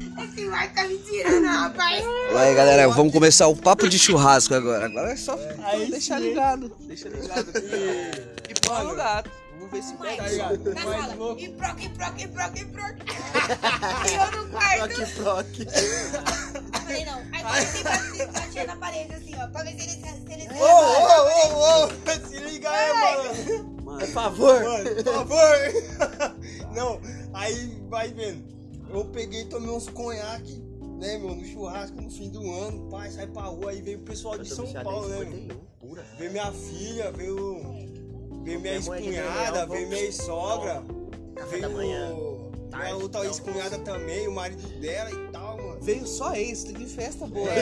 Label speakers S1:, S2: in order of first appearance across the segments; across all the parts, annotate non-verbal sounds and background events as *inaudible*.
S1: rapaz, tá me tirando, rapaz.
S2: Vai, galera, vamos começar o papo de churrasco agora. Agora é só deixar ligado. Deixa ligado. E pau no gato. Vamos ver se
S1: Mãe,
S2: pega, ligado?
S1: na sala. E proc, e proc, e proc, e proc. E eu no quarto. Falei, não. Aí comecei a bater- bater na parede, assim, ó. Pra ver se ele se ele- se
S3: Ô, ô, ô, ô, se liga aí,
S1: Vai.
S3: mano.
S2: Por favor.
S3: Mano, por favor. *laughs* Não, aí vai vendo. Eu peguei, tomei uns conhaque, né, meu, no churrasco no fim do ano. Pai, sai pra rua, aí veio o pessoal de São Paulo, né, meu?
S4: um,
S3: Veio minha filha, veio. Veio minha
S4: Minha mãe é de
S3: ex-cunhada,
S4: Daniel,
S3: veio minha ex-sogra. Veio
S4: um
S3: *laughs*
S4: da manhã,
S3: minha outra ex-cunhada também, o marido dela e tal, mano.
S2: Veio só ex, teve festa boa. *laughs*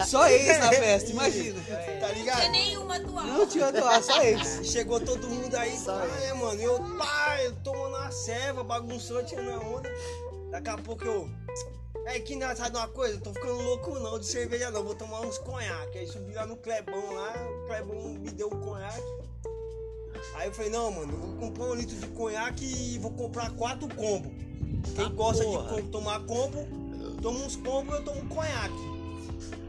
S1: É,
S2: Só ex na festa, imagina.
S3: Tá
S1: Não tinha
S3: ligado?
S1: nenhuma atual.
S2: Não tinha outro lá, só ex.
S3: Chegou todo mundo aí, pai, é, mano. Eu, pai, eu tomando uma ceva, bagunçou, tirando a onda. Daqui a pouco eu. É que nada, sabe de uma coisa? Eu tô ficando louco não de cerveja não, vou tomar uns conhaque. Aí subi lá no Clebão lá, o Clebão me deu o conhaque. Aí eu falei, não, mano, eu vou comprar um litro de conhaque e vou comprar quatro combo. Quem gosta de
S4: Ah, porra.
S3: com- tomar combo, toma uns combo eu tomo um conhaque.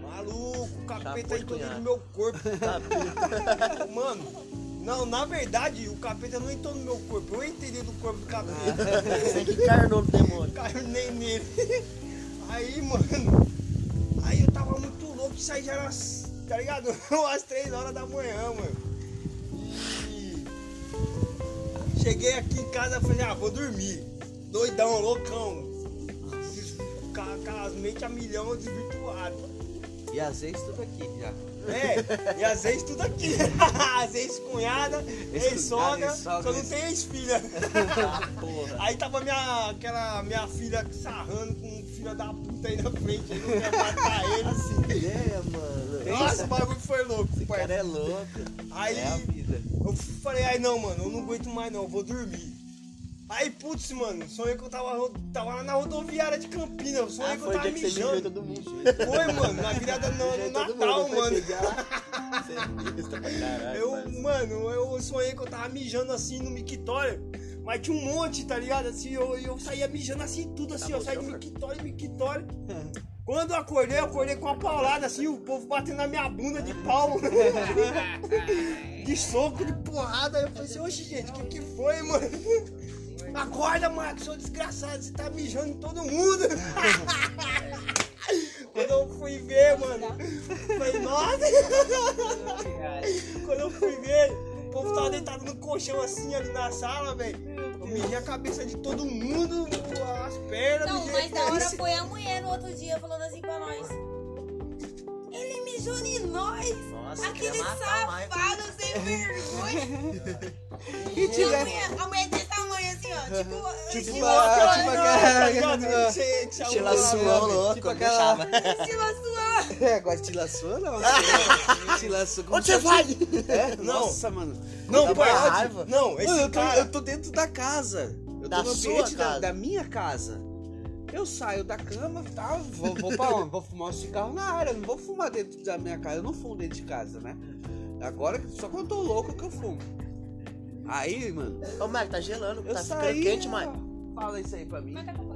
S3: Maluco, o capeta
S4: Chapou de
S3: aí todo
S4: conhaque. Tá
S3: no meu
S4: *laughs*
S3: corpo. Mano, não, na verdade, o capeta não entrou no meu corpo. Eu entrei dentro do corpo do
S4: *laughs*
S3: capeta.
S4: Você que carnou no demônio.
S3: Caiu nem nele. *laughs* Aí, mano. Aí eu tava muito louco. Isso aí já era, as- tá ligado? *laughs* Umas três horas da manhã, mano. E. Cheguei aqui em casa e falei, ah, vou dormir. Doidão, loucão. Com com as mentes a milhão desvirtuado.
S2: E as ex tudo aqui já.
S3: É, e às vezes tudo aqui. *laughs* Às vezes cunhada, ex-sogra,
S4: é
S3: só
S2: ex-sogra,
S3: não tem ex-filha.
S4: Porra.
S3: Aí tava minha, aquela minha filha sarrando com um filho da puta aí na frente, aí não quer matar ele assim.
S4: É, mano.
S3: Nossa, o bagulho foi louco,
S4: Esse cara
S3: pai.
S4: é louco.
S3: Aí
S2: É a vida.
S3: eu falei, ai não, mano, eu não aguento mais não, eu vou dormir. Aí, putz, mano, sonhei que eu tava, ro- tava lá na rodoviária de Campinas, sonhei
S4: Ah,
S3: que eu
S4: foi o
S3: tava
S4: dia que você mijou
S3: tá mijando.
S4: todo mundo. *laughs*
S3: Foi, mano, na virada no, no
S4: Mijou todo
S3: Natal,
S4: mundo, foi
S3: mano.
S4: pegar. Você é besta pra caralho,
S3: Eu,
S4: parceiro.
S3: mano, eu sonhei que eu tava mijando assim no mictório, mas tinha um monte, tá ligado? Assim, eu, eu saía mijando assim, tudo assim,
S4: Tá bom,
S3: eu saía de
S4: seu
S3: mictório, mictório. Quando eu acordei, eu acordei com uma paulada assim, o povo batendo na minha bunda de pau. *laughs* de soco, de porrada. Eu falei assim, oxe, gente, o que, que foi, mano? Acorda, Marcos, seu desgraçado, você tá mijando em
S1: *laughs*
S3: todo mundo. Quando eu fui ver, mano, eu falei, nossa. Quando eu fui ver, o povo tava deitado no colchão assim ali na sala, velho. Eu mijei a cabeça de todo mundo, as pernas,
S1: Não,
S3: mijei a
S1: mas da hora
S3: cabeça.
S1: foi a mulher no outro dia falando assim pra nós. Ele mijou em nós.
S4: Nossa,
S1: Aquele
S4: queria matar o Michael.
S1: safado sem vergonha.
S2: *laughs* E
S1: E a
S2: tiver.
S1: mulher, a mulher desse tamanho assim, ó. Tipo,
S3: Tipo
S1: estilo,
S2: uma-
S3: aquela-
S2: tipo
S3: tá
S2: aquela-
S3: ligado?
S2: aquela-
S3: Você- que você
S4: Estilo
S3: arrumou
S4: azul,
S3: lá,
S4: ó,
S3: velho.
S4: louco,
S2: Tipo
S4: não
S2: aquela-
S4: deixava.
S1: estilo a sua.
S2: É, agora te laçou *laughs* não? Te laçou como
S4: Onde você
S2: se-
S4: vai?
S2: É?
S3: Não.
S2: Nossa, mano.
S3: Não,
S4: Dá
S3: pai,
S4: uma
S3: ódio.
S4: raiva.
S3: tipo, Não, esse
S2: Mano, é eu, tô,
S3: cara...
S2: eu tô dentro da casa. Eu
S4: Da
S2: tô no
S4: sua
S2: ambiente da,
S4: casa.
S2: da minha casa. Eu saio da cama, tá? Vou, vou pra onde? Vou fumar um cigarro na área. Não vou fumar dentro da minha casa. Eu não fumo dentro de casa, né? Agora, só quando eu tô louco que eu fumo. Aí, mano,
S4: Ô, Michael, tá gelando.
S2: eu
S4: Tá
S2: saí.
S4: ficando quente, Michael.
S2: Fala isso aí pra mim.
S1: Mas tá bom.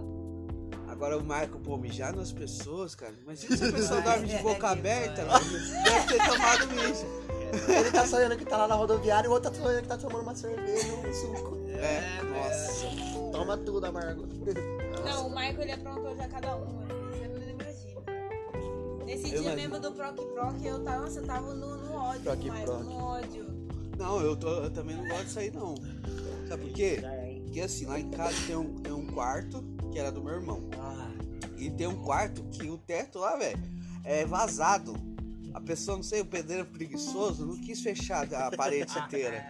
S2: Agora o Marco, pô, mijar nas pessoas, cara. Imagina
S1: *laughs*
S2: se a pessoa dorme de boca aberta, mano. Deve ter tomado mijo.
S4: Ele tá sonhando que tá lá na rodoviária e o outro tá sonhando que tá tomando uma cerveja, um suco.
S2: É, nossa.
S4: Toma tudo, amargo.
S1: Não, o Michael ele aprontou já cada uma. Você não imagina. Nesse dia
S2: imagino.
S1: mesmo do Proc Proc, eu tava, nossa, eu tava no, no ódio,
S4: Proc
S1: Michael,
S4: Proc.
S1: no ódio.
S2: Não, eu, tô, eu também não gosto disso aí, não. Sabe por quê? Porque assim, lá em casa tem um, tem um quarto que era do meu irmão. E tem um quarto que o teto lá, velho, é vazado. A pessoa, não sei, o pedreiro preguiçoso, não quis fechar a parede inteira.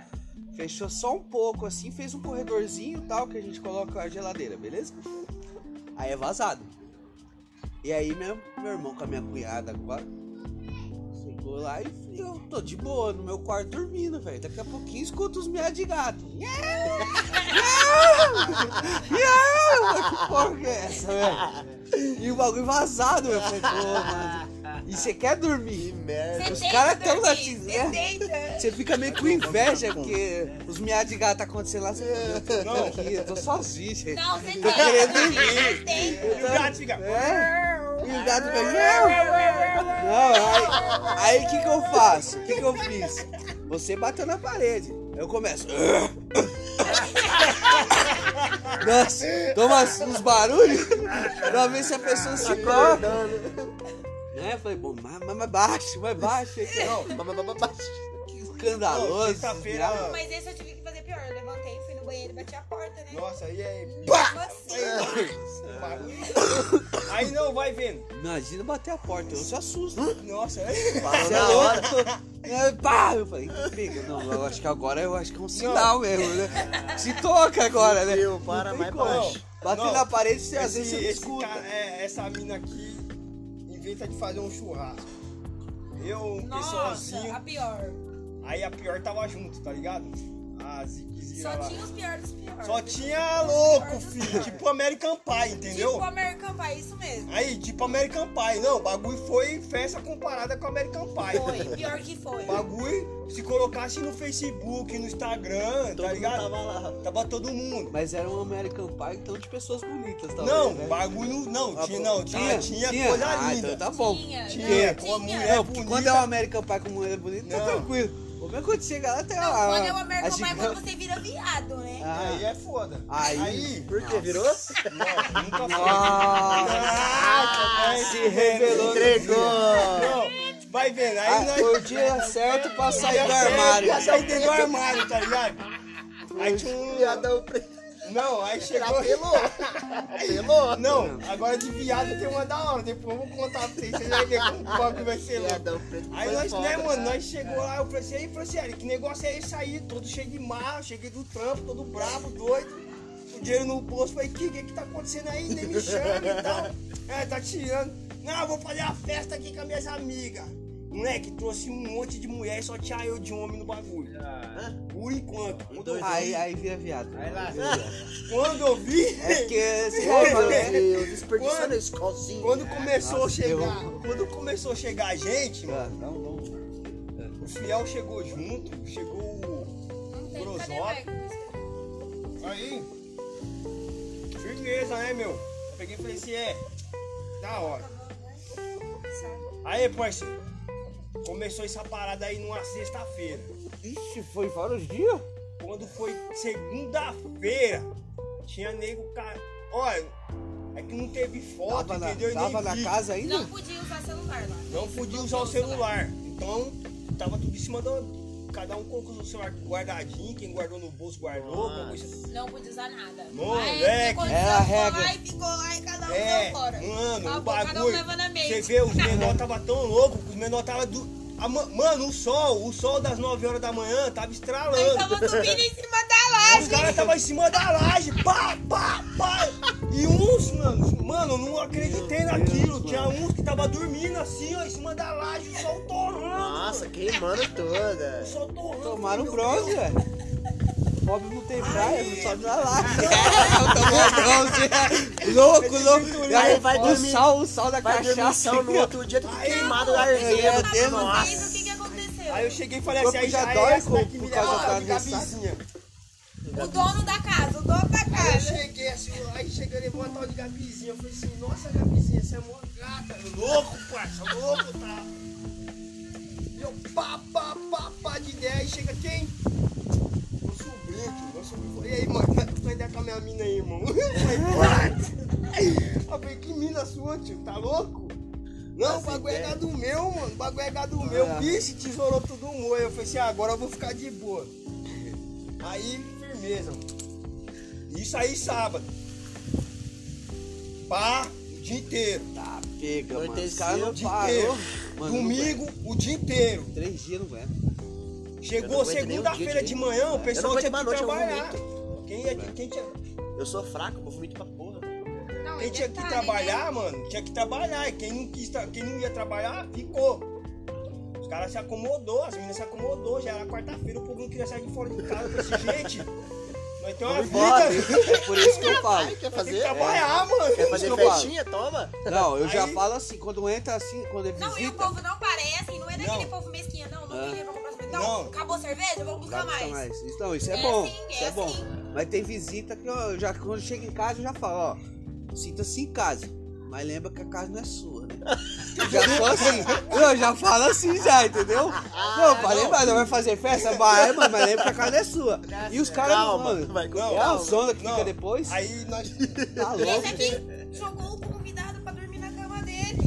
S2: Fechou só um pouco, assim, fez um corredorzinho e tal, que a gente coloca a geladeira, beleza? Aí é vazado. E aí meu, meu irmão com a minha cunhada agora chegou lá e eu tô de boa no meu quarto dormindo, velho. Daqui a pouquinho escuto os miados de gato. *laughs* Miau! Miau! Miau! Que porra que é essa, velho? E o bagulho vazado, meu. Eu falei, pô, mano. E você quer dormir.
S4: Que merda.
S2: Os caras tão na
S1: Você
S2: chinela.
S1: tenta.
S2: Você fica meio com inveja, porque os miados de gato tá acontecendo lá. Você fala, "Meu, eu tô aqui, eu tô sozinho, gente.
S1: Não, você
S2: Tô querendo
S1: tenta. Você tenta.
S3: E o gato fica.
S2: É. E o gato vai. Não, aí aí o que, que eu faço? O que, que eu fiz? Você bateu na parede. Eu começo. Nossa, toma uns- uns barulhos pra ver se a pessoa se corta. Né? Falei, bom, mais, mais- mais baixo, mais baixo. aí, Não, que
S3: Não,
S2: escandaloso.
S3: Sexta-feira.
S2: viado.
S1: Mas esse eu tive que fazer pior. Eu levantei, fui no banheiro, bati a porta, né?
S3: Nossa, É, e aí? é,
S1: Como assim?
S3: Aí não, vai vendo.
S2: Imagina bater a porta, eu se assusto.
S3: Nossa,
S2: Você é louco? É, pá! Eu falei, briga. Não, eu acho que agora eu acho que é um sinal mesmo, né? Se toca agora, né?
S4: Meu, para,
S2: Não tem
S4: vai
S2: como.
S4: pra baixo.
S2: Bater
S3: *laughs* Não,
S2: na parede, você, às
S3: Esse-
S2: vezes você não
S3: esse
S2: escuta.
S3: cara- é, essa mina aqui inventa de fazer um churrasco. Eu fiquei
S1: Nossa, a
S3: sozinho,
S1: pior.
S3: aí a pior tava junto, tá ligado? A ziquezinha
S1: Só
S3: lá.
S1: tinha os piores dos piores.
S3: Só tinha louco,
S1: Os
S3: filho.
S1: piores.
S3: Tipo American Pie, entendeu?
S1: Tipo American Pie, isso mesmo.
S3: Aí, tipo American Pie. Não, o bagulho foi festa comparada com American Pie.
S1: Foi, pior que foi.
S3: O bagulho, se colocasse no Facebook, no Instagram, tá ligado?
S4: mundo tava lá.
S3: Tava todo mundo.
S2: Mas era um American Pie, então de pessoas bonitas, talvez.
S3: é- Não,
S2: né?
S3: bagulho não,
S2: Ah,
S3: tinha,
S2: pô,
S3: não, tinha, tinha, coisa
S2: Ah,
S3: linda.
S2: então tá bom.
S1: Tinha,
S3: Tinha,
S1: não,
S3: com
S1: tinha.
S3: a mulher
S2: Não, porque
S3: bonita.
S2: quando é um American Pie com mulher bonita, tá
S3: Não.
S2: tranquilo. O meu quando chega lá, tem
S1: Não,
S2: uma.
S1: quando é o
S2: uma-
S1: American
S2: a
S1: Pie,
S2: gigante-
S1: quando você vira viado, né?
S2: Ah,
S3: Aí é foda.
S2: Aí-
S4: Por quê? Virou?
S3: não, nunca foi.
S2: Nossa,
S3: Ah, aí
S2: se revelou. no dia.
S4: *laughs* Entregou!
S3: Não, vai vendo, aí
S2: Ah,
S3: nós... é
S2: foi o dia certo pra sair do
S3: Ia sair-
S2: armário.
S3: Ia sair dentro do armário, tá ligado? Aí tinha um...
S4: Viadão preto.
S3: Não, aí chegou...
S4: Apelou! Apelou!
S3: Não, agora de viado tem uma da hora, depois eu vou contar pra vocês, vocês vão ver como o papo vai ser louco.
S4: Viadão preto.
S3: Aí
S4: foi
S3: nós, né,
S4: foda.
S3: mano, nós chegou lá, eu pensei, aí, Franciele, que negócio é esse aí? Todo cheio de mar, cheguei do trampo, todo brabo, doido. O dinheiro no bolso, falei, que que que tá acontecendo aí? Nem me chama e tal.
S2: *laughs*
S3: É, tá tirando. Não, eu vou fazer a festa aqui com as minhas amigas. Moleque, trouxe um monte de mulher e só tinha eu de homem no bagulho. Por enquanto. Quando eu
S2: Ah. Um Aí,
S3: vi,
S2: aí vira viado. Aí lá.
S3: quando eu vi,
S2: É porque você
S4: Ai,
S2: fala,
S4: meu
S2: né?
S4: Deus, desperdiçando
S3: Quando-
S4: esse
S3: *laughs*
S4: calzinho.
S3: quando começou
S2: É, nossa,
S3: a chegar,
S2: eu-
S3: quando começou a chegar a gente, mano,
S2: Ah, Não, não.
S3: o fiel chegou junto, chegou o
S1: Não tem
S3: Grosota.
S1: cadê
S3: Aí, firmeza, né, meu? Peguei e falei assim, é, da hora. Aí, parceiro, começou essa parada aí numa sexta-feira.
S2: Ixi, foi vários dias?
S3: Quando foi segunda-feira, tinha nego, cara, olha, é que não teve foto,
S2: Tava na,
S3: entendeu? E nem
S2: tava na
S3: vídeo.
S2: casa
S1: Não,
S2: ainda?
S1: não podia usar celular lá.
S3: Não podia usar o celular, então tava tudo em cima da... Cada um colocou o celular guardadinho, quem guardou no bolso guardou,
S4: Nossa.
S3: qualquer coisa.
S1: Não podia usar nada.
S3: Moleque,
S1: Aí ficou,
S2: era a
S1: ficou
S2: regra.
S1: lá e ficou lá e cada um
S3: É,
S1: deu fora.
S3: mano, o
S1: Acabou,
S3: bagulho.
S1: Cada um leva na
S3: Você
S1: mente.
S3: vê, os
S1: *laughs*
S3: menor tava tão louco, os menor tava do. a ma- mano, o sol, o sol das 9 horas da manhã tava
S1: Aí
S3: estralando.
S1: tava subindo em cima da laje.
S3: Os caras tava em cima da laje, pá, pá, pá. E uns, mano, mano, eu não acreditei
S2: Meu
S3: naquilo.
S2: Deus,
S3: Tinha uns que tava dormindo assim, ó, em cima da laje, o sol torrando.
S4: Nossa,
S3: mano.
S4: queimando toda.
S3: o sol torrando.
S2: Tomaram
S3: meu
S2: bronze,
S3: Deus. *laughs*
S2: velho. Pobre não tem praia, não sobe na laje. Tomou bronze. Louco, louco. E aí,
S4: Vai
S2: o
S4: dormir-
S2: sal, o sal da
S4: Vai dormir
S2: cachaça.
S4: sal no outro dia, tudo
S3: Aí,
S4: queimado da argila.
S2: meu
S1: Meu
S2: Deus,
S1: Deus,
S4: nossa.
S1: o que que aconteceu?
S3: Aí eu cheguei e
S2: O
S3: falei assim,
S2: corpo
S3: aí
S2: já
S3: já
S2: dói
S3: é essa
S2: com-
S3: daqui me
S2: por causa
S3: leva
S2: da
S3: de
S2: cabeça.
S3: cabecinha.
S1: O dono da casa, o dono da
S3: Aí eu
S1: casa.
S3: cheguei assim, aí cheguei, levou uma tal de Gabizinha. Eu falei assim, nossa Gabizinha, você é mó gata. Eu, Louco, parça, louco, tá? E eu pá, pá, pá, pá de ideia. Aí chega quem? Meu sobrinho, tio, meu sobrinho. falou, E aí, mano, tá com ideia com a minha mina aí, irmão? *laughs* Eu falei, what? Eu falei, que mina sua, tio, tá louco? Não, o bagulho é gado meu, mano. O bagulho é gado meu.
S2: Ah.
S3: Bicho, tesourou tudo um olho. Eu falei assim, ah, agora eu vou ficar de boa. Aí, firmeza, mano. Isso aí sábado. Pá, o dia inteiro.
S2: Tá, pega, mano. Os
S4: Anoiteceu
S2: caras
S4: o
S2: não
S3: dia
S2: parou.
S3: inteiro.
S2: Mano,
S3: Domingo, o dia inteiro.
S2: não- Três dias não aguenta.
S4: Eu não
S3: Chegou
S4: aguento nem um dia
S3: segunda-feira de
S4: direito.
S3: manhã, o
S4: não
S3: pessoal
S4: aguento
S3: tinha que
S4: mais noite, eu
S3: trabalhar. Quem, ia,
S2: É.
S3: quem, tinha,
S4: Eu sou fraco, vou vomito pra porra.
S1: Não,
S3: quem
S1: e
S3: tinha que
S1: detalhe,
S3: trabalhar,
S1: né?
S3: mano, tinha que trabalhar. E Quem não, quis, tra- quem não ia trabalhar, ficou. Os caras se acomodou, as meninas se acomodou, já era quarta-feira, o povo não queria sair de fora de casa. Eu falei assim, gente, Vai ter uma
S4: Vamos
S3: vida.
S4: embora.
S2: É por isso que eu falo.
S4: *laughs* Ai, quer
S3: Tem que
S4: fazer? É.
S3: trabalhar, mano.
S4: Quer fazer
S2: Isso que eu falo.
S4: festinha? Toma.
S2: Não, eu já
S3: Aí-
S2: falo assim, quando entra assim, quando é
S1: Não, e o
S2: visita.
S1: povo não parece, não é daquele
S3: Não.
S1: povo mesquinho, não, não
S2: Ah.
S1: queria, vamos comprar
S3: Não.
S1: Não, acabou a cerveja, vamos
S2: vai
S1: buscar
S2: buscar
S1: mais.
S2: Isso, não, isso é,
S1: É
S2: bom.
S1: assim, é
S2: isso é bom.
S1: assim.
S2: Mas tem visita que eu já, quando chega em casa, eu já falo, ó, sinta-se em casa. Mas lembra que a casa não é sua, né? Eu já sou assim. Eu já falo assim já, entendeu? não, falei,
S4: não.
S2: mas vai fazer festa? Vai, mano, mas lembra que a casa não é sua. E os caras,
S4: Calma,
S2: mano,
S4: vai com
S2: não,
S4: calma.
S2: a zona que
S3: Não.
S2: fica depois.
S3: Aí nós.
S2: Tá
S1: E
S2: louco.
S1: esse aqui jogou o convidado pra dormir na cama dele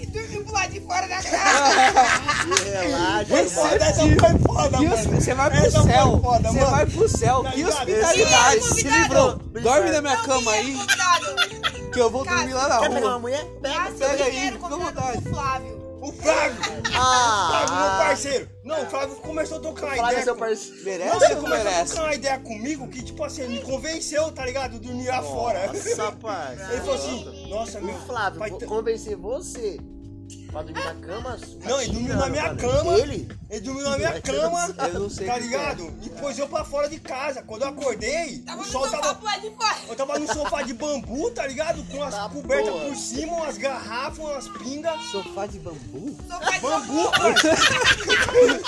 S3: é?
S1: e dormiu pro lado de fora da casa.
S4: Relaxa.
S2: Você
S3: Foda, essa
S2: viu?
S3: foi é foda,
S2: E os-
S3: mano.
S2: Você vai pro
S3: Essa foi
S2: céu.
S3: foda,
S2: Você
S3: mano.
S2: vai pro céu.
S3: Tá
S2: E
S3: ligado?
S2: hospitalidade.
S1: Sim,
S2: Se
S1: convidado.
S2: livrou. Dorme na
S1: Não
S2: minha cama
S1: quem
S2: aí
S1: era Convidado.
S2: que eu vou dormir lá na
S4: Quer pegar uma
S2: rua.
S4: mulher?
S1: Ah,
S4: Pega.
S1: se
S2: pega aí,
S1: vieram
S2: fica à
S1: convidado
S2: vontade.
S1: do Flávio.
S3: O Flávio.
S4: Ah,
S3: Flávio, meu parceiro. Não, o Flávio começou a trocar
S4: Fala
S3: ideia.
S4: seu
S3: com-
S4: parceiro.
S3: Não,
S2: Merece
S3: ele
S2: ou não
S3: começou a
S2: merece?
S3: trocar uma ideia comigo que, tipo assim, ele me convenceu, tá ligado? Dormir lá fora.
S4: Nossa, parça.
S3: Ele falou assim, nossa, meu.
S4: O Flávio,
S3: pai
S4: vou
S3: tá-
S4: convencer você pra dormir na cama sua.
S3: Não, ele dormiu na minha
S4: Tirando,
S3: cama.
S4: Ele?
S3: Ele dormiu na minha cama,
S2: um Eu não sei
S3: tá
S2: o que é.
S3: ligado? E pôs eu pra fora de casa. Quando eu acordei,
S1: Tava
S3: o
S1: no
S3: sol
S1: sofá
S3: tava.
S1: pro lado de fora.
S3: Eu tava num sofá de bambu, tá ligado? Com as
S4: Tá
S3: cobertas
S4: boa.
S3: por cima, umas garrafas, umas pingas.
S2: Sofá de bambu?
S1: Sofá de
S3: Bambu,
S1: bambu.
S3: parceiro.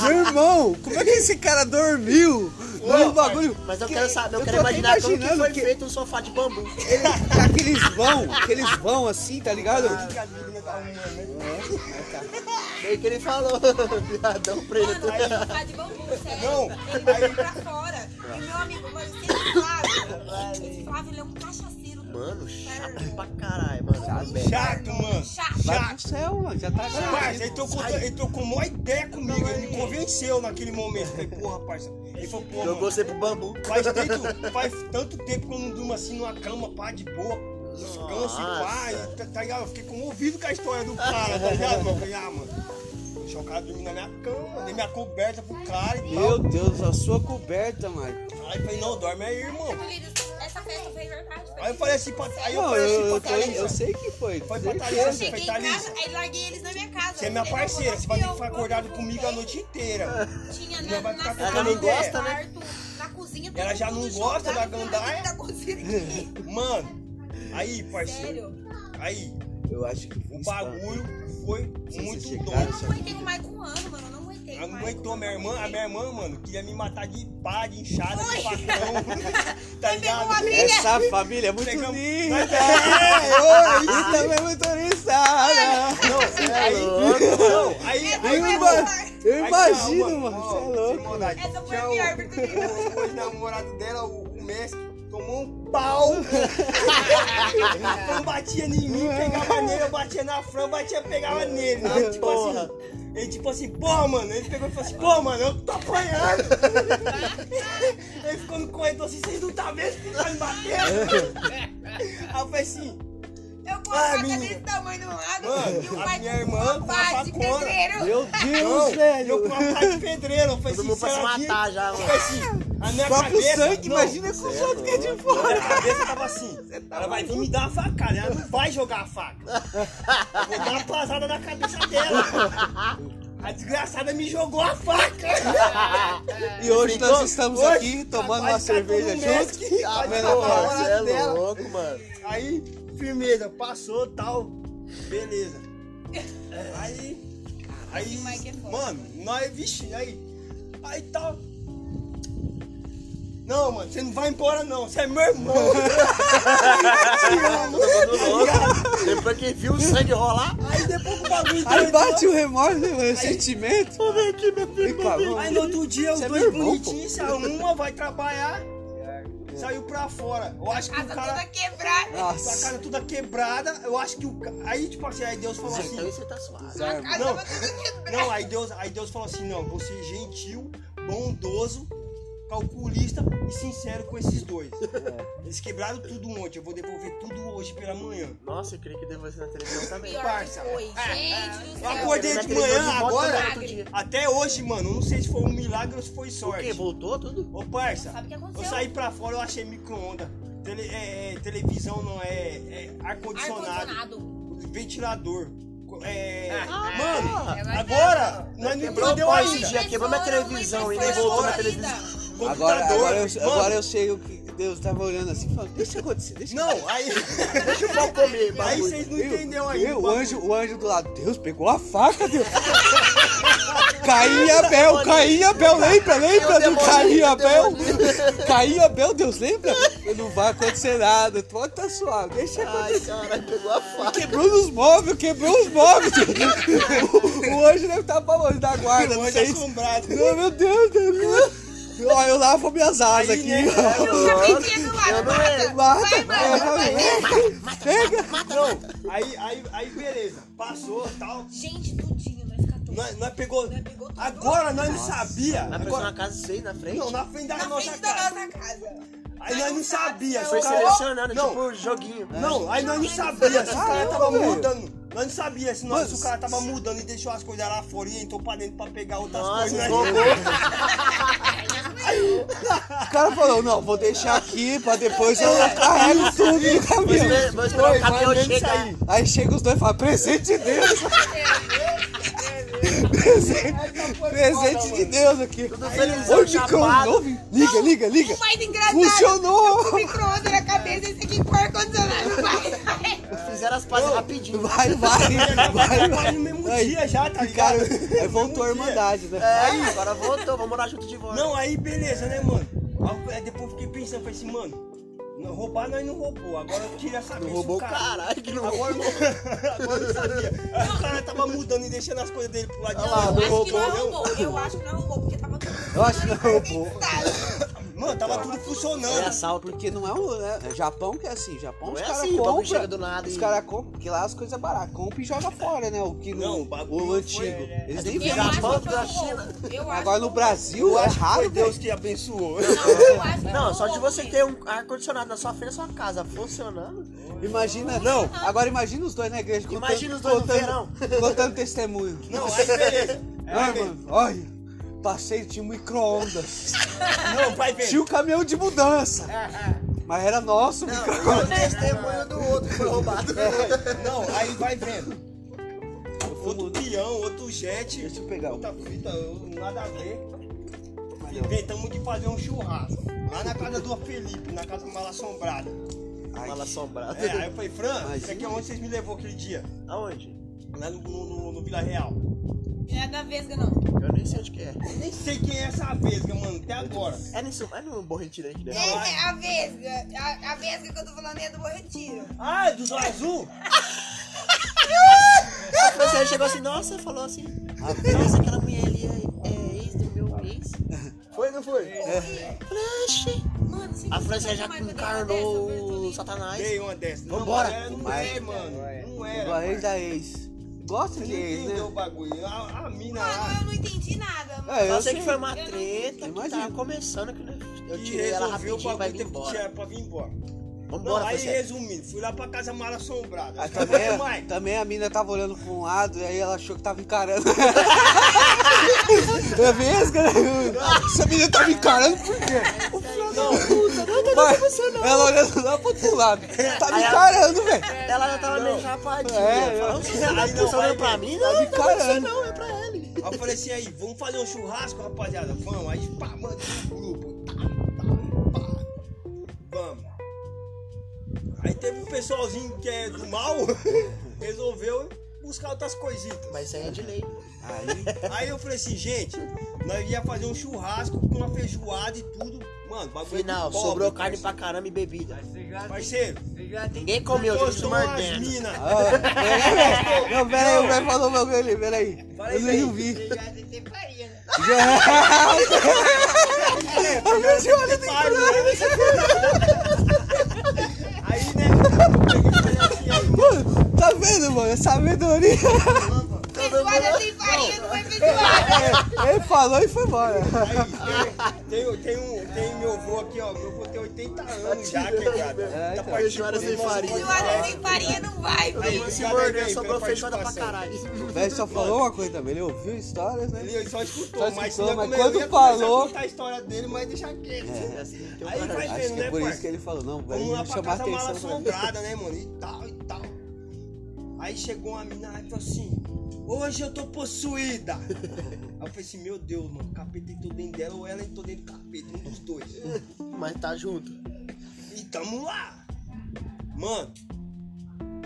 S2: Meu irmão, como é que esse cara dormiu? Não, o bagulho.
S4: Mas eu
S2: que-
S4: quero saber, eu, quero
S2: tô até
S4: imaginar como que
S2: imaginando
S4: foi feito um sofá de
S3: *laughs*
S4: bambu.
S2: ele- aqueles vão, aqueles vão assim, tá ligado?
S3: Ah, um
S4: Meio que ele falou, *laughs* viadão preto.
S1: Mano, sofá de bambu, sério.
S3: Não.
S1: Ele vai pra fora. E meu amigo, mano, esse Flávio, esse Flávio, ele é um cachaceiro.
S4: Mano,
S1: Cara,
S4: chato pra caralho, mano.
S3: Chato, mano.
S1: Chato.
S2: Vai pro céu, mano. Já tá
S3: Parça, ele
S2: grande.
S3: trocou, ele trocou uma ideia comigo, ele me convenceu naquele momento. Falei, porra, parça. Ele falou, porra,
S4: Jogou
S3: mano,
S4: você pro bambu.
S3: faz, tanto, faz tanto tempo que eu não durmo assim numa cama, pá, de boa, descanso e pá, e tá, tá ligado? Eu fiquei comovido com a história do cara, tá ligado, mano? Eu Falei, ah, mano, deixa o cara dormir na minha cama, dei minha coberta pro cara e
S2: Meu
S3: tal.
S2: Deus, a sua coberta, mano.
S3: Aí eu falei, não, dorme aí, irmão.
S1: Lírio, Essa festa foi verdade. foi
S3: Aí eu falei assim, pra, aí eu
S2: Não,
S3: falei assim
S2: eu,
S3: pra
S2: eu, tô-
S3: Thalissa.
S2: eu sei que é. foi.
S3: Foi
S2: certeza.
S1: Eu
S3: batalhar.
S1: cheguei em
S3: Thalissa.
S1: casa, aí larguei eles na minha casa.
S3: tá Você é minha
S1: Falei, não,
S3: parceira,
S1: vou
S3: você vai ter
S1: dormir,
S3: que ficar
S1: eu vou
S3: acordado
S1: dormir.
S3: comigo a noite inteira.
S1: Tinha
S3: Ela
S1: na,
S3: vai
S1: na
S3: ficar com
S1: sala,
S4: ela não
S1: no
S4: gosta, né?
S1: quarto, na cozinha.
S3: Ela
S1: todo
S3: já não
S1: mundo
S3: gosta
S1: jogado,
S3: da
S1: nada
S3: gandaia?
S1: Tá acontecendo aqui.
S3: Mano, aí, parceiro.
S1: Sério.
S3: Aí,
S2: Eu acho que
S3: o
S2: foi
S3: bagulho foi
S2: tá Sim,
S3: muito
S2: vocês
S1: Eu
S2: chegaram,
S3: doido.
S1: não aguentei mais com um ano, mano. Eu não aguentei
S3: Ela não
S1: mais.
S3: aguentou minha irmã, a minha irmã, mano, queria me matar de pá, de inchada, de
S1: Foi. *laughs*
S3: facão. Tá
S1: Foi, pegou uma
S3: ligado?
S1: briga.
S2: Essa família é muito
S3: Pegamos-
S2: linda.
S3: É,
S2: E também muito oriçada.
S4: *laughs* É
S3: Aí, não, aí,
S1: Essa
S3: aí,
S1: foi a
S2: irmão.
S1: pior.
S2: Eu
S3: Aí,
S2: imagino,
S3: calma,
S2: mano.
S3: ó,
S2: Você é
S3: sem
S2: louco.
S3: maldade.
S1: Essa foi
S3: Tchau.
S1: a pior, porque
S3: *laughs* O ex-namorado dela, o, o Messi, tomou um
S4: *laughs*
S3: pau. Então batia em mim, pegava nele, eu batia na Fran, batia, pegava nele. né? Tipo
S4: Porra.
S3: assim, ele tipo assim, pô, mano, ele pegou e falou assim, pô, mano, eu tô apanhando.
S1: *laughs*
S3: ele ficou no corredor assim, vocês não tá vendo que tá me batendo? Aí eu falei assim,
S1: eu com
S3: Ah,
S1: a faca
S3: minha-
S1: desse tamanho no lado
S3: Mano,
S1: e o
S3: a
S1: pai
S3: minha
S1: com
S3: irmã
S1: uma
S3: com uma
S1: pá de
S3: facona.
S1: pedreiro.
S2: Meu Deus,
S3: não, eu com
S2: velho.
S3: uma pá de pedreiro. Eu falei
S4: Todo
S3: assim,
S4: mundo pra se
S3: será que-
S4: matar já,
S3: Eu
S4: mano.
S3: falei assim, a minha
S2: O próprio
S3: cabeça...
S2: sangue,
S3: não.
S2: imagina com os outros que é de fora.
S3: A cabeça tava assim. ela vai vir me dar uma facada. Ela não vai jogar a faca. Eu vou dar uma pasada na cabeça dela. A desgraçada me jogou a faca.
S2: E hoje
S4: Então,
S2: nós estamos
S3: hoje,
S2: aqui tomando uma
S4: tá
S3: quase catou
S4: um
S2: cerveja
S3: no
S2: juntos.
S3: Mac, quase
S2: Mas
S3: catou
S2: não,
S3: na
S2: cara,
S3: hora
S4: Você é
S3: dela.
S4: louco, mano.
S3: Aí, firmeza, passou tal. Beleza. Aí. Aí.
S1: Mike é foda.
S3: Mano, nós, vixe, aí. Aí tal. Não, mano, você não vai embora não, você é
S2: *laughs*
S3: meu irmão. Te amo.
S4: Depois que viu o sangue rolar.
S3: Aí depois que o bagulho
S2: Aí
S3: doidou,
S2: bate o remorso, né, mano? Sentimento.
S4: Vem aqui, meu filho.
S3: Aí no outro dia os
S2: Você é
S3: dois
S2: meu irmão,
S3: bonitinhos se arrumam, vai trabalhar, saiu pra fora. Eu acho que o
S1: Casa toda
S3: cara.
S1: quebrada.
S3: A
S2: Nossa.
S3: cara toda quebrada, eu acho que o ca- Aí, tipo assim, aí Deus falou
S4: Então
S3: assim.
S4: você tá suave.
S1: A
S2: Desarma.
S1: casa
S3: Não.
S1: tava toda quebrada.
S3: Não, aí Deus, aí Deus falou assim, não, você é gentil, bondoso, calculista e sincero com esses dois.
S2: É.
S3: Eles quebraram tudo ontem, eu vou devolver tudo hoje pela manhã.
S4: Nossa, eu queria que devolvesse na televisão também.
S1: Pior
S3: parça.
S1: que foi.
S3: É.
S1: Gente do
S3: Eu
S1: céu.
S3: acordei de
S4: Naquele
S3: manhã,
S4: dia de moto, né?
S3: agora-
S4: no outro dia.
S3: Até hoje, mano, eu não sei se foi um milagre ou se foi
S4: O
S3: sorte.
S4: quê? Voltou tudo?
S3: Ô, parça,
S1: Sabe o que
S3: eu
S1: aconteceu?
S3: saí pra fora, eu achei micro-ondas. Tele- é, é, televisão não, é, é ar-condicionado.
S1: Ar-condicionado.
S3: ventilador. Co- É,
S4: Ah,
S3: mano, agora é nós não
S1: ah,
S4: Quebrou
S3: entendeu
S4: o pau esse
S3: ainda.
S4: dia, quebrou minha
S1: Impressora,
S4: televisão e
S1: impressora
S4: voltou na
S1: colorida.
S4: televisão.
S2: Agora,
S3: computador,
S2: agora, eu,
S3: mano.
S2: agora eu sei o que Deus tava olhando assim, falando, deixa acontecer, deixa
S3: Não, aí.
S4: Deixa o pau comer,
S3: aí
S4: bagulho.
S3: vocês não
S2: Meu,
S3: entenderam ainda.
S2: meu,
S3: o
S2: o,
S3: bagulho.
S2: anjo, o anjo do lado, Deus, pegou a faca, Deus. *laughs* caía Abel, caía Abel, lembra, lembra
S4: Meu
S2: do
S4: É demônio,
S2: caía
S4: meu
S2: Abel?
S4: demônio.
S2: Caía Abel, Deus, lembra? Não vai acontecer nada, pode tá suave, deixa acontecer.
S4: Ai, caralho, pegou a faca.
S2: Quebrou os móveis, quebrou os móveis. o, o anjo deve estar pra longe da guarda,
S3: O
S2: não
S3: anjo
S2: sei. se-
S3: assombrado.
S2: Não, meu Deus, Deus. Ó, eu lavo minhas asas
S3: Aí,
S2: aqui.
S3: né?
S2: ó.
S1: E o capetinha do lado, mata.
S2: Mata, É, né?
S1: Vai, mano.
S2: mata, pega.
S3: Não, aí, aí, aí beleza. Passou tal.
S1: Gente, tudinho, nós catou.
S3: Nós, nós é, pegou.
S1: Nós é, pegou tudo.
S3: Agora nós não sabia.
S4: Vai pensar
S3: Agora,
S4: na casa de vocês na frente?
S3: não, na frente da
S1: Na
S3: nossa
S1: frente da
S3: casa.
S1: nossa casa.
S3: Aí nós não sabia.
S1: Foi
S4: Foi
S3: os caras-
S4: selecionando,
S3: Não.
S4: tipo joguinho.
S3: Não, aí nós não sabia se o cara
S2: Caramba,
S3: tava
S2: velho.
S3: mudando. Nós não sabia se, nós,
S2: Mano,
S3: se o cara tava mudando e deixou as coisas lá fora e entrou pra dentro pra pegar outras
S4: Nossa,
S3: coisas.
S4: esbobou.
S2: O cara falou, não, vou deixar aqui pra depois eu carrego tudo no caminhão.
S4: Vou esperar
S3: Vai
S4: o caminhão
S3: mesmo
S4: chegar.
S3: sair.
S2: Aí chega os dois e fala, presente de Deus. presente presente de Deus aqui.
S4: felizão,
S2: Onde que eu
S4: chapado.
S2: novo? Liga, liga, liga.
S1: O mais engraçado.
S2: Funcionou.
S1: O micro-ondas na cabeça, esse aqui com ar-condicionado. *laughs* vai.
S4: Fizeram as pazes rapidinho.
S2: Vai, vai, vai,
S3: Vai
S2: vai.
S3: no mesmo
S2: Aí,
S3: dia já, tá
S2: Cara,
S3: ligado?
S2: aí voltou a
S3: No mesmo dia.
S2: Irmandade, né?
S4: É, agora voltou, vamos morar junto de volta.
S3: Não, aí beleza, né, mano? Aí eu- aí depois eu fiquei pensando, falei assim, mano, não, roubar nós não roubou. Agora eu queria saber
S2: Não
S3: se
S2: roubou
S3: o cara.
S4: Caralho, que não
S3: Agora, agora eu sabia. Aí o cara tava mudando e deixando as coisas dele pro lado de
S1: Eu acho
S3: fora.
S1: que não roubou. Eu acho que não roubou, porque tava tudo.
S2: Eu acho que não é um roubou.
S3: Mano, tava tudo
S4: É
S3: funcionando.
S4: assalto.
S2: Porque não é um. É, é Japão que é assim, Japão
S4: Não
S2: os
S4: é
S2: caras
S4: assim, o bagulho
S2: compram.
S4: chega do nada
S2: os
S4: e-
S2: caras compram, porque lá as coisas é barato. Compra e joga fora, né? O que
S3: Não,
S2: não.
S3: o bagulho
S2: o
S3: foi,
S2: antigo.
S3: né?
S2: Eles
S4: É
S2: nem
S4: porque
S1: Eu
S2: viram.
S1: acho que
S4: Japão,
S1: foi
S4: da
S1: um roubo.
S4: China.
S1: Eu acho
S2: Agora no
S1: que-
S2: Brasil é raro,
S3: Foi
S2: velho.
S3: Deus que abençoou.
S1: Não, eu acho que foi
S4: Não,
S1: um
S4: só de
S1: roubo
S4: você
S1: mesmo.
S4: ter um ar-condicionado na sua frente, na sua casa funcionando.
S2: Imagina, não. Agora imagina os dois na igreja. Contando,
S4: Imagina os dois no
S2: contando, *laughs* contando testemunho.
S3: Não, aí beleza.
S2: Ai,
S3: Aí, beleza.
S2: mano, olha. Passei, tinha um micro-ondas.
S3: Não, vai ver.
S2: tinha o caminhão de mudança. Mas era nosso o micro-ondas.
S4: O testemunho do outro que foi roubado. É,
S3: Não, aí vai vendo.
S2: Fumo-
S3: Outro peão, outro jet.
S2: Deixa eu pegar um.
S4: Tá.
S3: Outra fita, eu- nada a ver. Inventamos de fazer um churrasco. Lá na casa do Felipe, na casa mal assombrada.
S2: Ai,
S4: Mala
S2: Tá
S4: assombrada.
S3: É, aí eu falei, Fran,
S2: Mas
S3: isso aqui é onde vocês me levou aquele dia?
S4: Aonde?
S3: Lá no, no- no- no Vila Real.
S1: Não é da Vesga, não.
S4: Eu nem sei onde que é.
S3: Nem sei quem é essa vesga, mano, até agora.
S4: É nisso, é no Bom Retiro aqui, né?
S1: É, a Vesga. A, a Vesga que eu tô falando é do Bom Retiro.
S3: Ah, é dos azul?
S4: A professora chegou assim, nossa, falou assim. Nossa, aquela mulher ali é, é ex do meu ex.
S3: Foi, não foi?
S4: Flash.
S1: Mano, você
S4: É. A
S1: que
S4: França
S1: você
S4: já
S1: mais uma dessa, eu vejo tudo
S4: encarnou o
S1: isso.
S4: Satanás.
S3: Dei uma dessas.
S4: Vambora.
S3: Não, mas era- não é, mano. Não era.
S2: Igual a ex
S3: parça.
S2: da ex. Gosta
S3: Você
S2: de
S3: não
S2: ex, né?
S3: entendeu o bagulho. A, a mina lá.
S1: Mano, eu não entendi nada. mano.
S2: É,
S4: Só
S2: eu
S4: sei que foi uma
S1: Eu não-
S4: treta que
S2: Imagina.
S4: tava começando, que né, eu
S3: E
S4: tirei ela
S3: resolveu,
S4: rapidinho
S3: o
S4: e vai
S3: bagulho
S4: vir
S3: teve que
S4: embora.
S3: tirar pra vir embora.
S4: Vambora, Ah, tá
S3: não, aí
S4: professora.
S3: resumindo, fui lá pra casa mal assombrada.
S2: Aí
S3: Não aguento mais.
S2: Ah, também, também a mina tava olhando pra um lado e aí ela achou que tava
S4: *laughs*
S2: encarando. é mesmo, cara? Essa menina tava encarando por quê?
S3: Não,
S2: Mas ela olhando lá pro outro lado. Tava encarando, velho.
S4: Ela já tava meio chapadinha.
S2: É,
S4: Falou,
S2: eu-
S4: "Você tá
S3: Aí não, vai
S4: funcionando pra
S3: ver.
S4: mim?
S2: Tá me
S4: Não, não tá
S2: encarando.
S4: não, é pra ele.
S3: Aí eu falei assim, aí, vamos fazer um churrasco, rapaziada? Vamos. Aí, pá, manda um grupo. Tá, tá, pá. Vamos. Aí teve um pessoalzinho que é do mal, *laughs* resolveu buscar outras coisitas.
S4: Mas isso aí é de lei.
S2: Aí,
S3: Aí eu falei assim, gente, nós ia fazer um churrasco com uma feijoada e tudo. Mano, bagulho
S4: Final,
S3: de pobre,
S4: sobrou carne
S3: parceiro.
S4: pra caramba e bebida.
S3: Parceiro,
S4: Ninguém comeu, gente,
S3: postou umas
S4: mordendo.
S3: minas.
S2: ó, peraí, não, peraí, o velho falou o bagulho ali, peraí. Eu nem vi.
S1: Eu já tentei faria, né?
S3: né? Aí, né? eu peguei e falei assim, aí,
S2: Mano, tá vendo, mano? Essa
S4: *laughs*
S2: sabedoria.
S1: Feijoada sem farinha não é feijoada.
S2: Ele falou e foi embora.
S3: Aí, tem, tem, tem, um, tem meu avô aqui, ó. Meu avô tem 80 anos já, quebrado.
S2: É, então.
S4: Feijoada sem farinha.
S1: Feijoada sem farinha não vai, velho.
S4: Se mordeu, sobrou feijoada
S3: *laughs*
S4: pra caralho.
S2: O velho só falou uma coisa também, ele ouviu histórias, né?
S3: Ele só escutou,
S2: Só
S3: mas,
S2: escutou,
S3: senão
S2: mas
S3: eu ia
S2: quando
S3: começar a
S2: falou- É, assim,
S3: contar a história dele, mas deixar quieto. Aí
S4: Aí
S3: vai
S2: Acho
S3: vendo,
S2: que
S3: né,
S2: é por isso
S3: parça?
S2: que ele falou, não,
S3: Vamos
S2: velho,
S3: lá
S2: me
S3: pra
S2: chamar *laughs*
S3: casa mal
S2: atenção. pra mim.
S3: assombrada, né, mano? E tal, e tal. Aí chegou uma mina lá e falou assim: Hoje eu tô possuída. Aí eu falei assim: Meu Deus, mano, o capeta entrou dentro dela ou ela entrou dentro do capeta, um dos dois.
S4: Mas tá junto.
S3: E tamo lá. Mano.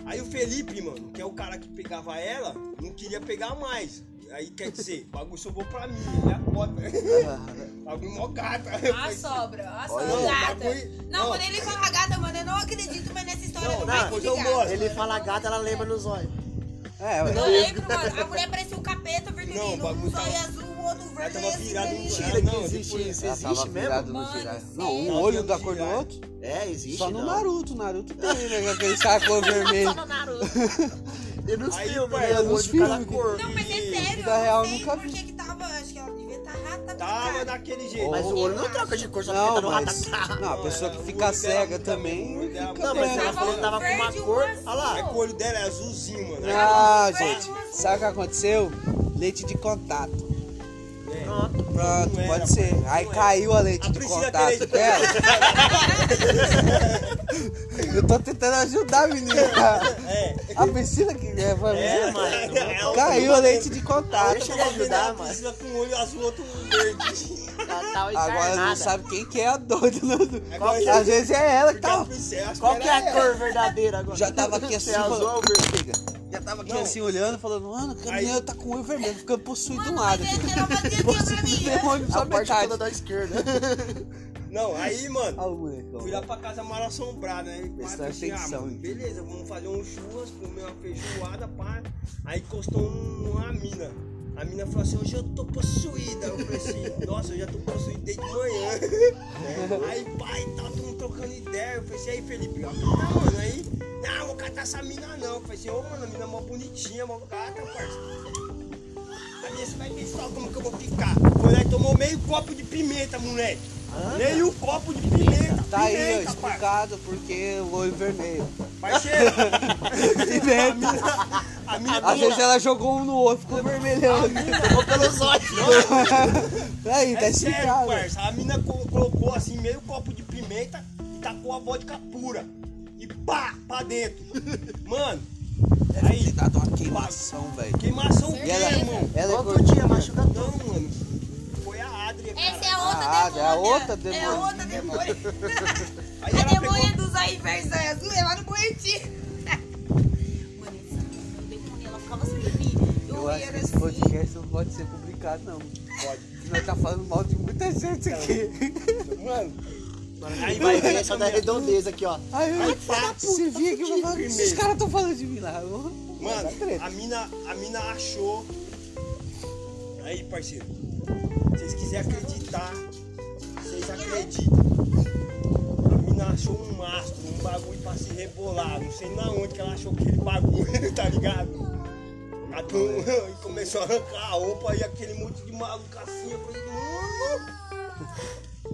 S3: Aí o Felipe, mano, que é o cara que pegava ela, não queria pegar mais. Aí quer dizer, o bagulho sobrou pra mim, ele é a cota.
S2: *laughs* Ah,
S3: bagulho mó gata.
S1: A sobra, a sobra.
S3: Não,
S1: gata.
S3: bagulho-
S1: Não,
S3: não.
S1: quando ele fala gata, mano, eu não acredito mais nessa história.
S3: Não,
S1: Não,
S3: não,
S1: vai
S3: pois
S1: de
S3: eu né?
S1: gata.
S3: gosto.
S4: é. Ele fala gata, ela lembra nos olhos.
S2: É,
S1: Eu
S2: ué.
S1: lembro, mano, a mulher parecia um capeta
S3: Não, o
S1: vermelhino, um
S3: bagulho
S1: só
S3: tava-
S1: é azul, o outro
S3: Ela
S1: verde e
S3: tava
S1: esse
S3: virada em
S1: vermelhinho.
S4: Mentira,
S3: Não,
S4: é que existe
S3: depois-
S4: isso.
S2: Ela
S4: Existe
S2: tipo, tava virada
S4: mesmo?
S2: no
S1: Mano,
S2: girar.
S1: sério?
S2: Não, um
S1: Ela
S2: olho
S3: tem um
S2: da cor do
S3: girar.
S2: outro.
S4: É, existe.
S2: Só no
S4: não.
S2: Naruto. Naruto tem, né? Aquele
S4: *laughs*
S2: saco vermelho.
S4: Só no Naruto. E nos
S3: Aí,
S4: filmes,
S3: pai,
S4: né?
S2: nos
S4: Olho de cada
S2: filmes.
S4: cor.
S1: Não, mas é sério,
S2: Vida
S1: eu
S2: real,
S1: não sei
S2: nunca
S1: por
S2: vi.
S1: que que tava, acho que ela devia estar rata.
S3: Tava daquele jeito.
S4: Mas o olho não
S1: Eu
S4: troca de cor, só fica
S2: Não,
S4: no é,
S2: mas.
S4: ratacá.
S2: Não, a pessoa que fica cega também. fica
S4: Não, mas
S2: bem,
S4: ela
S2: né?
S4: falou que tava com uma
S1: Verde, um
S4: cor.
S1: azul.
S4: Olha lá.
S3: É que o olho dela é azulzinho, mano. Aí
S2: Ah,
S1: Foi
S2: gente.
S1: uma-
S2: Sabe o que aconteceu? Leite de contato.
S3: é.
S4: Pronto.
S2: Pronto,
S3: Não era,
S2: pode ser.
S3: pai, não
S2: Aí
S3: era.
S2: caiu a leite
S3: A
S2: de
S3: Priscila tem leite
S2: contato
S3: de
S2: dela. *laughs* Eu tô tentando ajudar a menina.
S3: *laughs* É.
S2: A Priscila que é, vai
S3: É,
S2: ver,
S3: mano.
S2: mano.
S3: É,
S2: Caiu
S3: o-
S2: o leite de contato.
S4: Deixa ele ajudar,
S3: A
S4: mano.
S3: Priscila com um olho azul, outro verde.
S4: Ela tava
S2: Agora não
S4: encarnada.
S2: sabe quem que é a doida. não-
S3: Qual que é?
S2: Às vezes é ela que
S3: Porque a
S2: tá.
S3: Priscila- acho
S4: Qual que é
S3: era
S4: a cor verdadeira agora?
S2: Já tava aqui assim,
S4: Se *laughs* é azul
S2: falando-
S4: ou verde?
S2: Já tava aqui
S3: Não.
S2: assim olhando, falando, mano, que a
S3: Aí-
S2: menina tá com o olho vermelho, ficando possuído de um
S1: Mano,
S2: lado.
S1: mas essa era uma
S2: *laughs*
S1: assim pra mim.
S2: Demônio só
S4: A parte
S2: metade.
S4: toda
S2: *laughs*
S4: da esquerda.
S3: Não, aí, mano,
S2: Olha o moleque,
S3: fui
S2: ó. Tá
S3: lá pra casa mal assombrada, né? Pá,
S2: Prestar
S3: falei assim, ah,
S2: atenção,
S3: mano,
S2: hein?
S3: beleza, vamos fazer um churras, comer uma feijoada, pá. Aí encostou um- uma mina. A mina falou assim, hoje eu tô possuída. Eu falei assim, nossa, eu já tô possuída desde manhã. aí, pai, tá todo mundo trocando ideia. Eu falei assim, aí, Felipe, ó, não, mano, aí, não, vou catar essa mina não. Eu falei assim, ô, mano, a mina é mó bonitinha, mó gata, parça. A minha, você vai ver só como que eu vou ficar. Foi lá e tomou meio copo de pimenta, moleque. Meio copo de pimenta.
S2: Tá aí, ó,
S3: pimenta, parça.
S2: explicado porque o olho vermelho. *laughs*
S3: Parceiro, *laughs*
S2: Pimenta.
S3: a mina, a mina
S2: Às vezes ela jogou um no outro, ficou *laughs* vermelhão.
S4: Ou pelos olhos.
S2: Aí, tá
S3: é sério,
S2: explicado.
S3: parça. A mina co- colocou assim meio copo de pimenta e tacou a vodka pura. E pá, pra dentro. *laughs* Mano, aí,
S2: Aí, dá uma tá queimação, velho.
S3: queimação o quê,
S2: E ela,
S3: irmão?
S2: ela é
S4: Todo dia
S2: gordinha,
S4: machuca tudo.
S3: Não, mano. Foi a Adria, cara.
S1: Essa é a outra
S2: Ah,
S1: demônia.
S2: é a outra
S1: É a
S2: demônia.
S1: outra demônia.
S3: *laughs* Aí
S1: a
S3: ela
S1: demônia
S3: pegou-
S1: dos olhos verdes olhos azul é lá no Buriti. *laughs* Mano, essa menina, o demônio, ela um ficava sem mim. Eu,
S2: Eu
S1: ia
S2: acho que esse
S1: assim.
S2: podcast não pode ser publicado, não.
S3: Pode.
S2: Porque Nós tá falando mal de muita gente aqui.
S3: Mano. Aí
S4: Vai
S3: vai
S4: ver
S3: ver
S4: essa da redondeza aqui, ó.
S2: Aí,
S3: Ai,
S2: eu
S3: pá,
S2: falo, você vinha aqui e falava, esses caras tão falando de mim lá. Eu-
S3: Mano,
S2: Dá treta.
S3: a mina, a mina achou. Aí, parceiro. Se vocês quiserem acreditar, vocês acreditam. A mina achou um mastro, um bagulho pra se rebolar. Não sei na onde que ela achou aquele bagulho, *laughs* tá ligado? A
S2: é?
S3: *laughs* tu- e começou a arrancar a roupa e aquele monte de maluco assim. Eu falei, mano,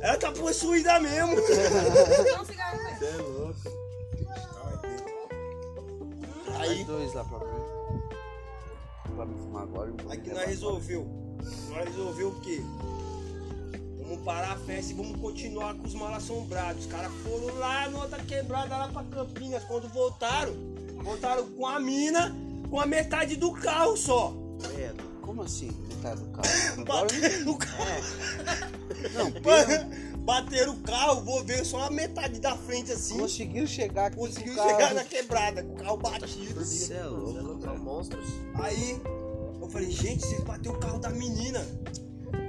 S3: ela tá possuída mesmo.
S2: *laughs*
S1: Não, cigarro, mas-
S2: é louco. Aí
S3: Aí,
S2: dois lá pra mim. Pra tá me fumar agora. eu vou
S3: Aí que
S2: me
S3: nós
S2: levar.
S3: resolveu. Nós resolveu o quê? Vamos parar a festa e vamos continuar com os mal assombrados. Os caras foram lá na outra quebrada lá pra Campinas. Quando voltaram, voltaram com a mina, com a metade do carro só.
S2: É, como assim? Metade do carro. Agora eu
S3: Bateram o carro. *laughs*
S2: não, né?
S3: Mano, Bateram o carro, vou ver só a metade da frente assim.
S2: conseguiu chegar aqui.
S3: Conseguiu
S2: com o carro. Tá
S3: chegar na quebrada, com o carro batido.
S2: Você é louco,
S4: São
S2: cara.
S4: monstros.
S3: Aí eu falei, gente, vocês bateu o carro da menina.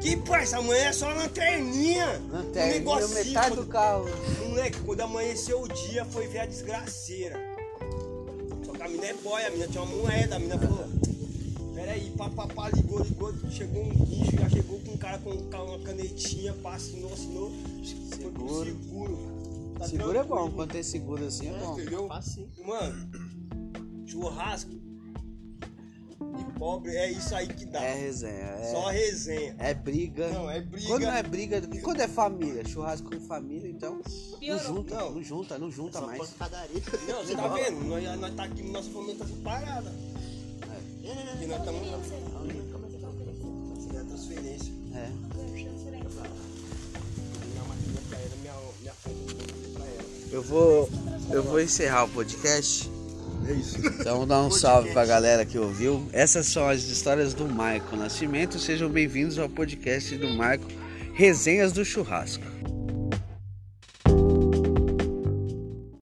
S3: Que parça, amanhã é só lanterninha.
S2: Lanterna,
S3: um negocinho.
S2: metade do carro.
S3: Moleque, quando amanheceu o dia, foi ver a desgraceira. Só que a mina é boia, a mina tinha uma moeda, a mina falou. Peraí, papapá, ligou, ligou, chegou um bicho, já chegou com um cara com ca- uma canetinha, pá, assinou, assinou. Foi pro
S2: Seguro.
S3: seguro. Tá
S2: Seguro é bom,
S3: tranquilo,
S2: quando tem seguro assim é bom.
S3: Entendeu?
S4: Facinho.
S3: Mano, churrasco e pobre é isso aí que dá.
S2: É resenha, é,
S3: Só resenha.
S2: é briga.
S3: Não, é briga.
S2: Quando não é briga, e quando é família, churrasco com família, então não
S1: Piorou.
S2: junta, não,
S3: Não.
S2: junta, não junta
S4: Só
S2: mais.
S4: pancadaria.
S3: Não, você tá vendo? Nós, nós tá aqui, nossa família tá separada. E nós estamos na da transferência.
S2: É.
S3: Minha matilha pra ela, minha, minha fonte pra ela.
S2: Eu vou, eu vou encerrar o podcast
S3: É isso.
S2: Então dá um salve pra galera que ouviu. Essas são as histórias do Maico Nascimento. Sejam bem-vindos ao podcast do Maico Resenhas do Churrasco.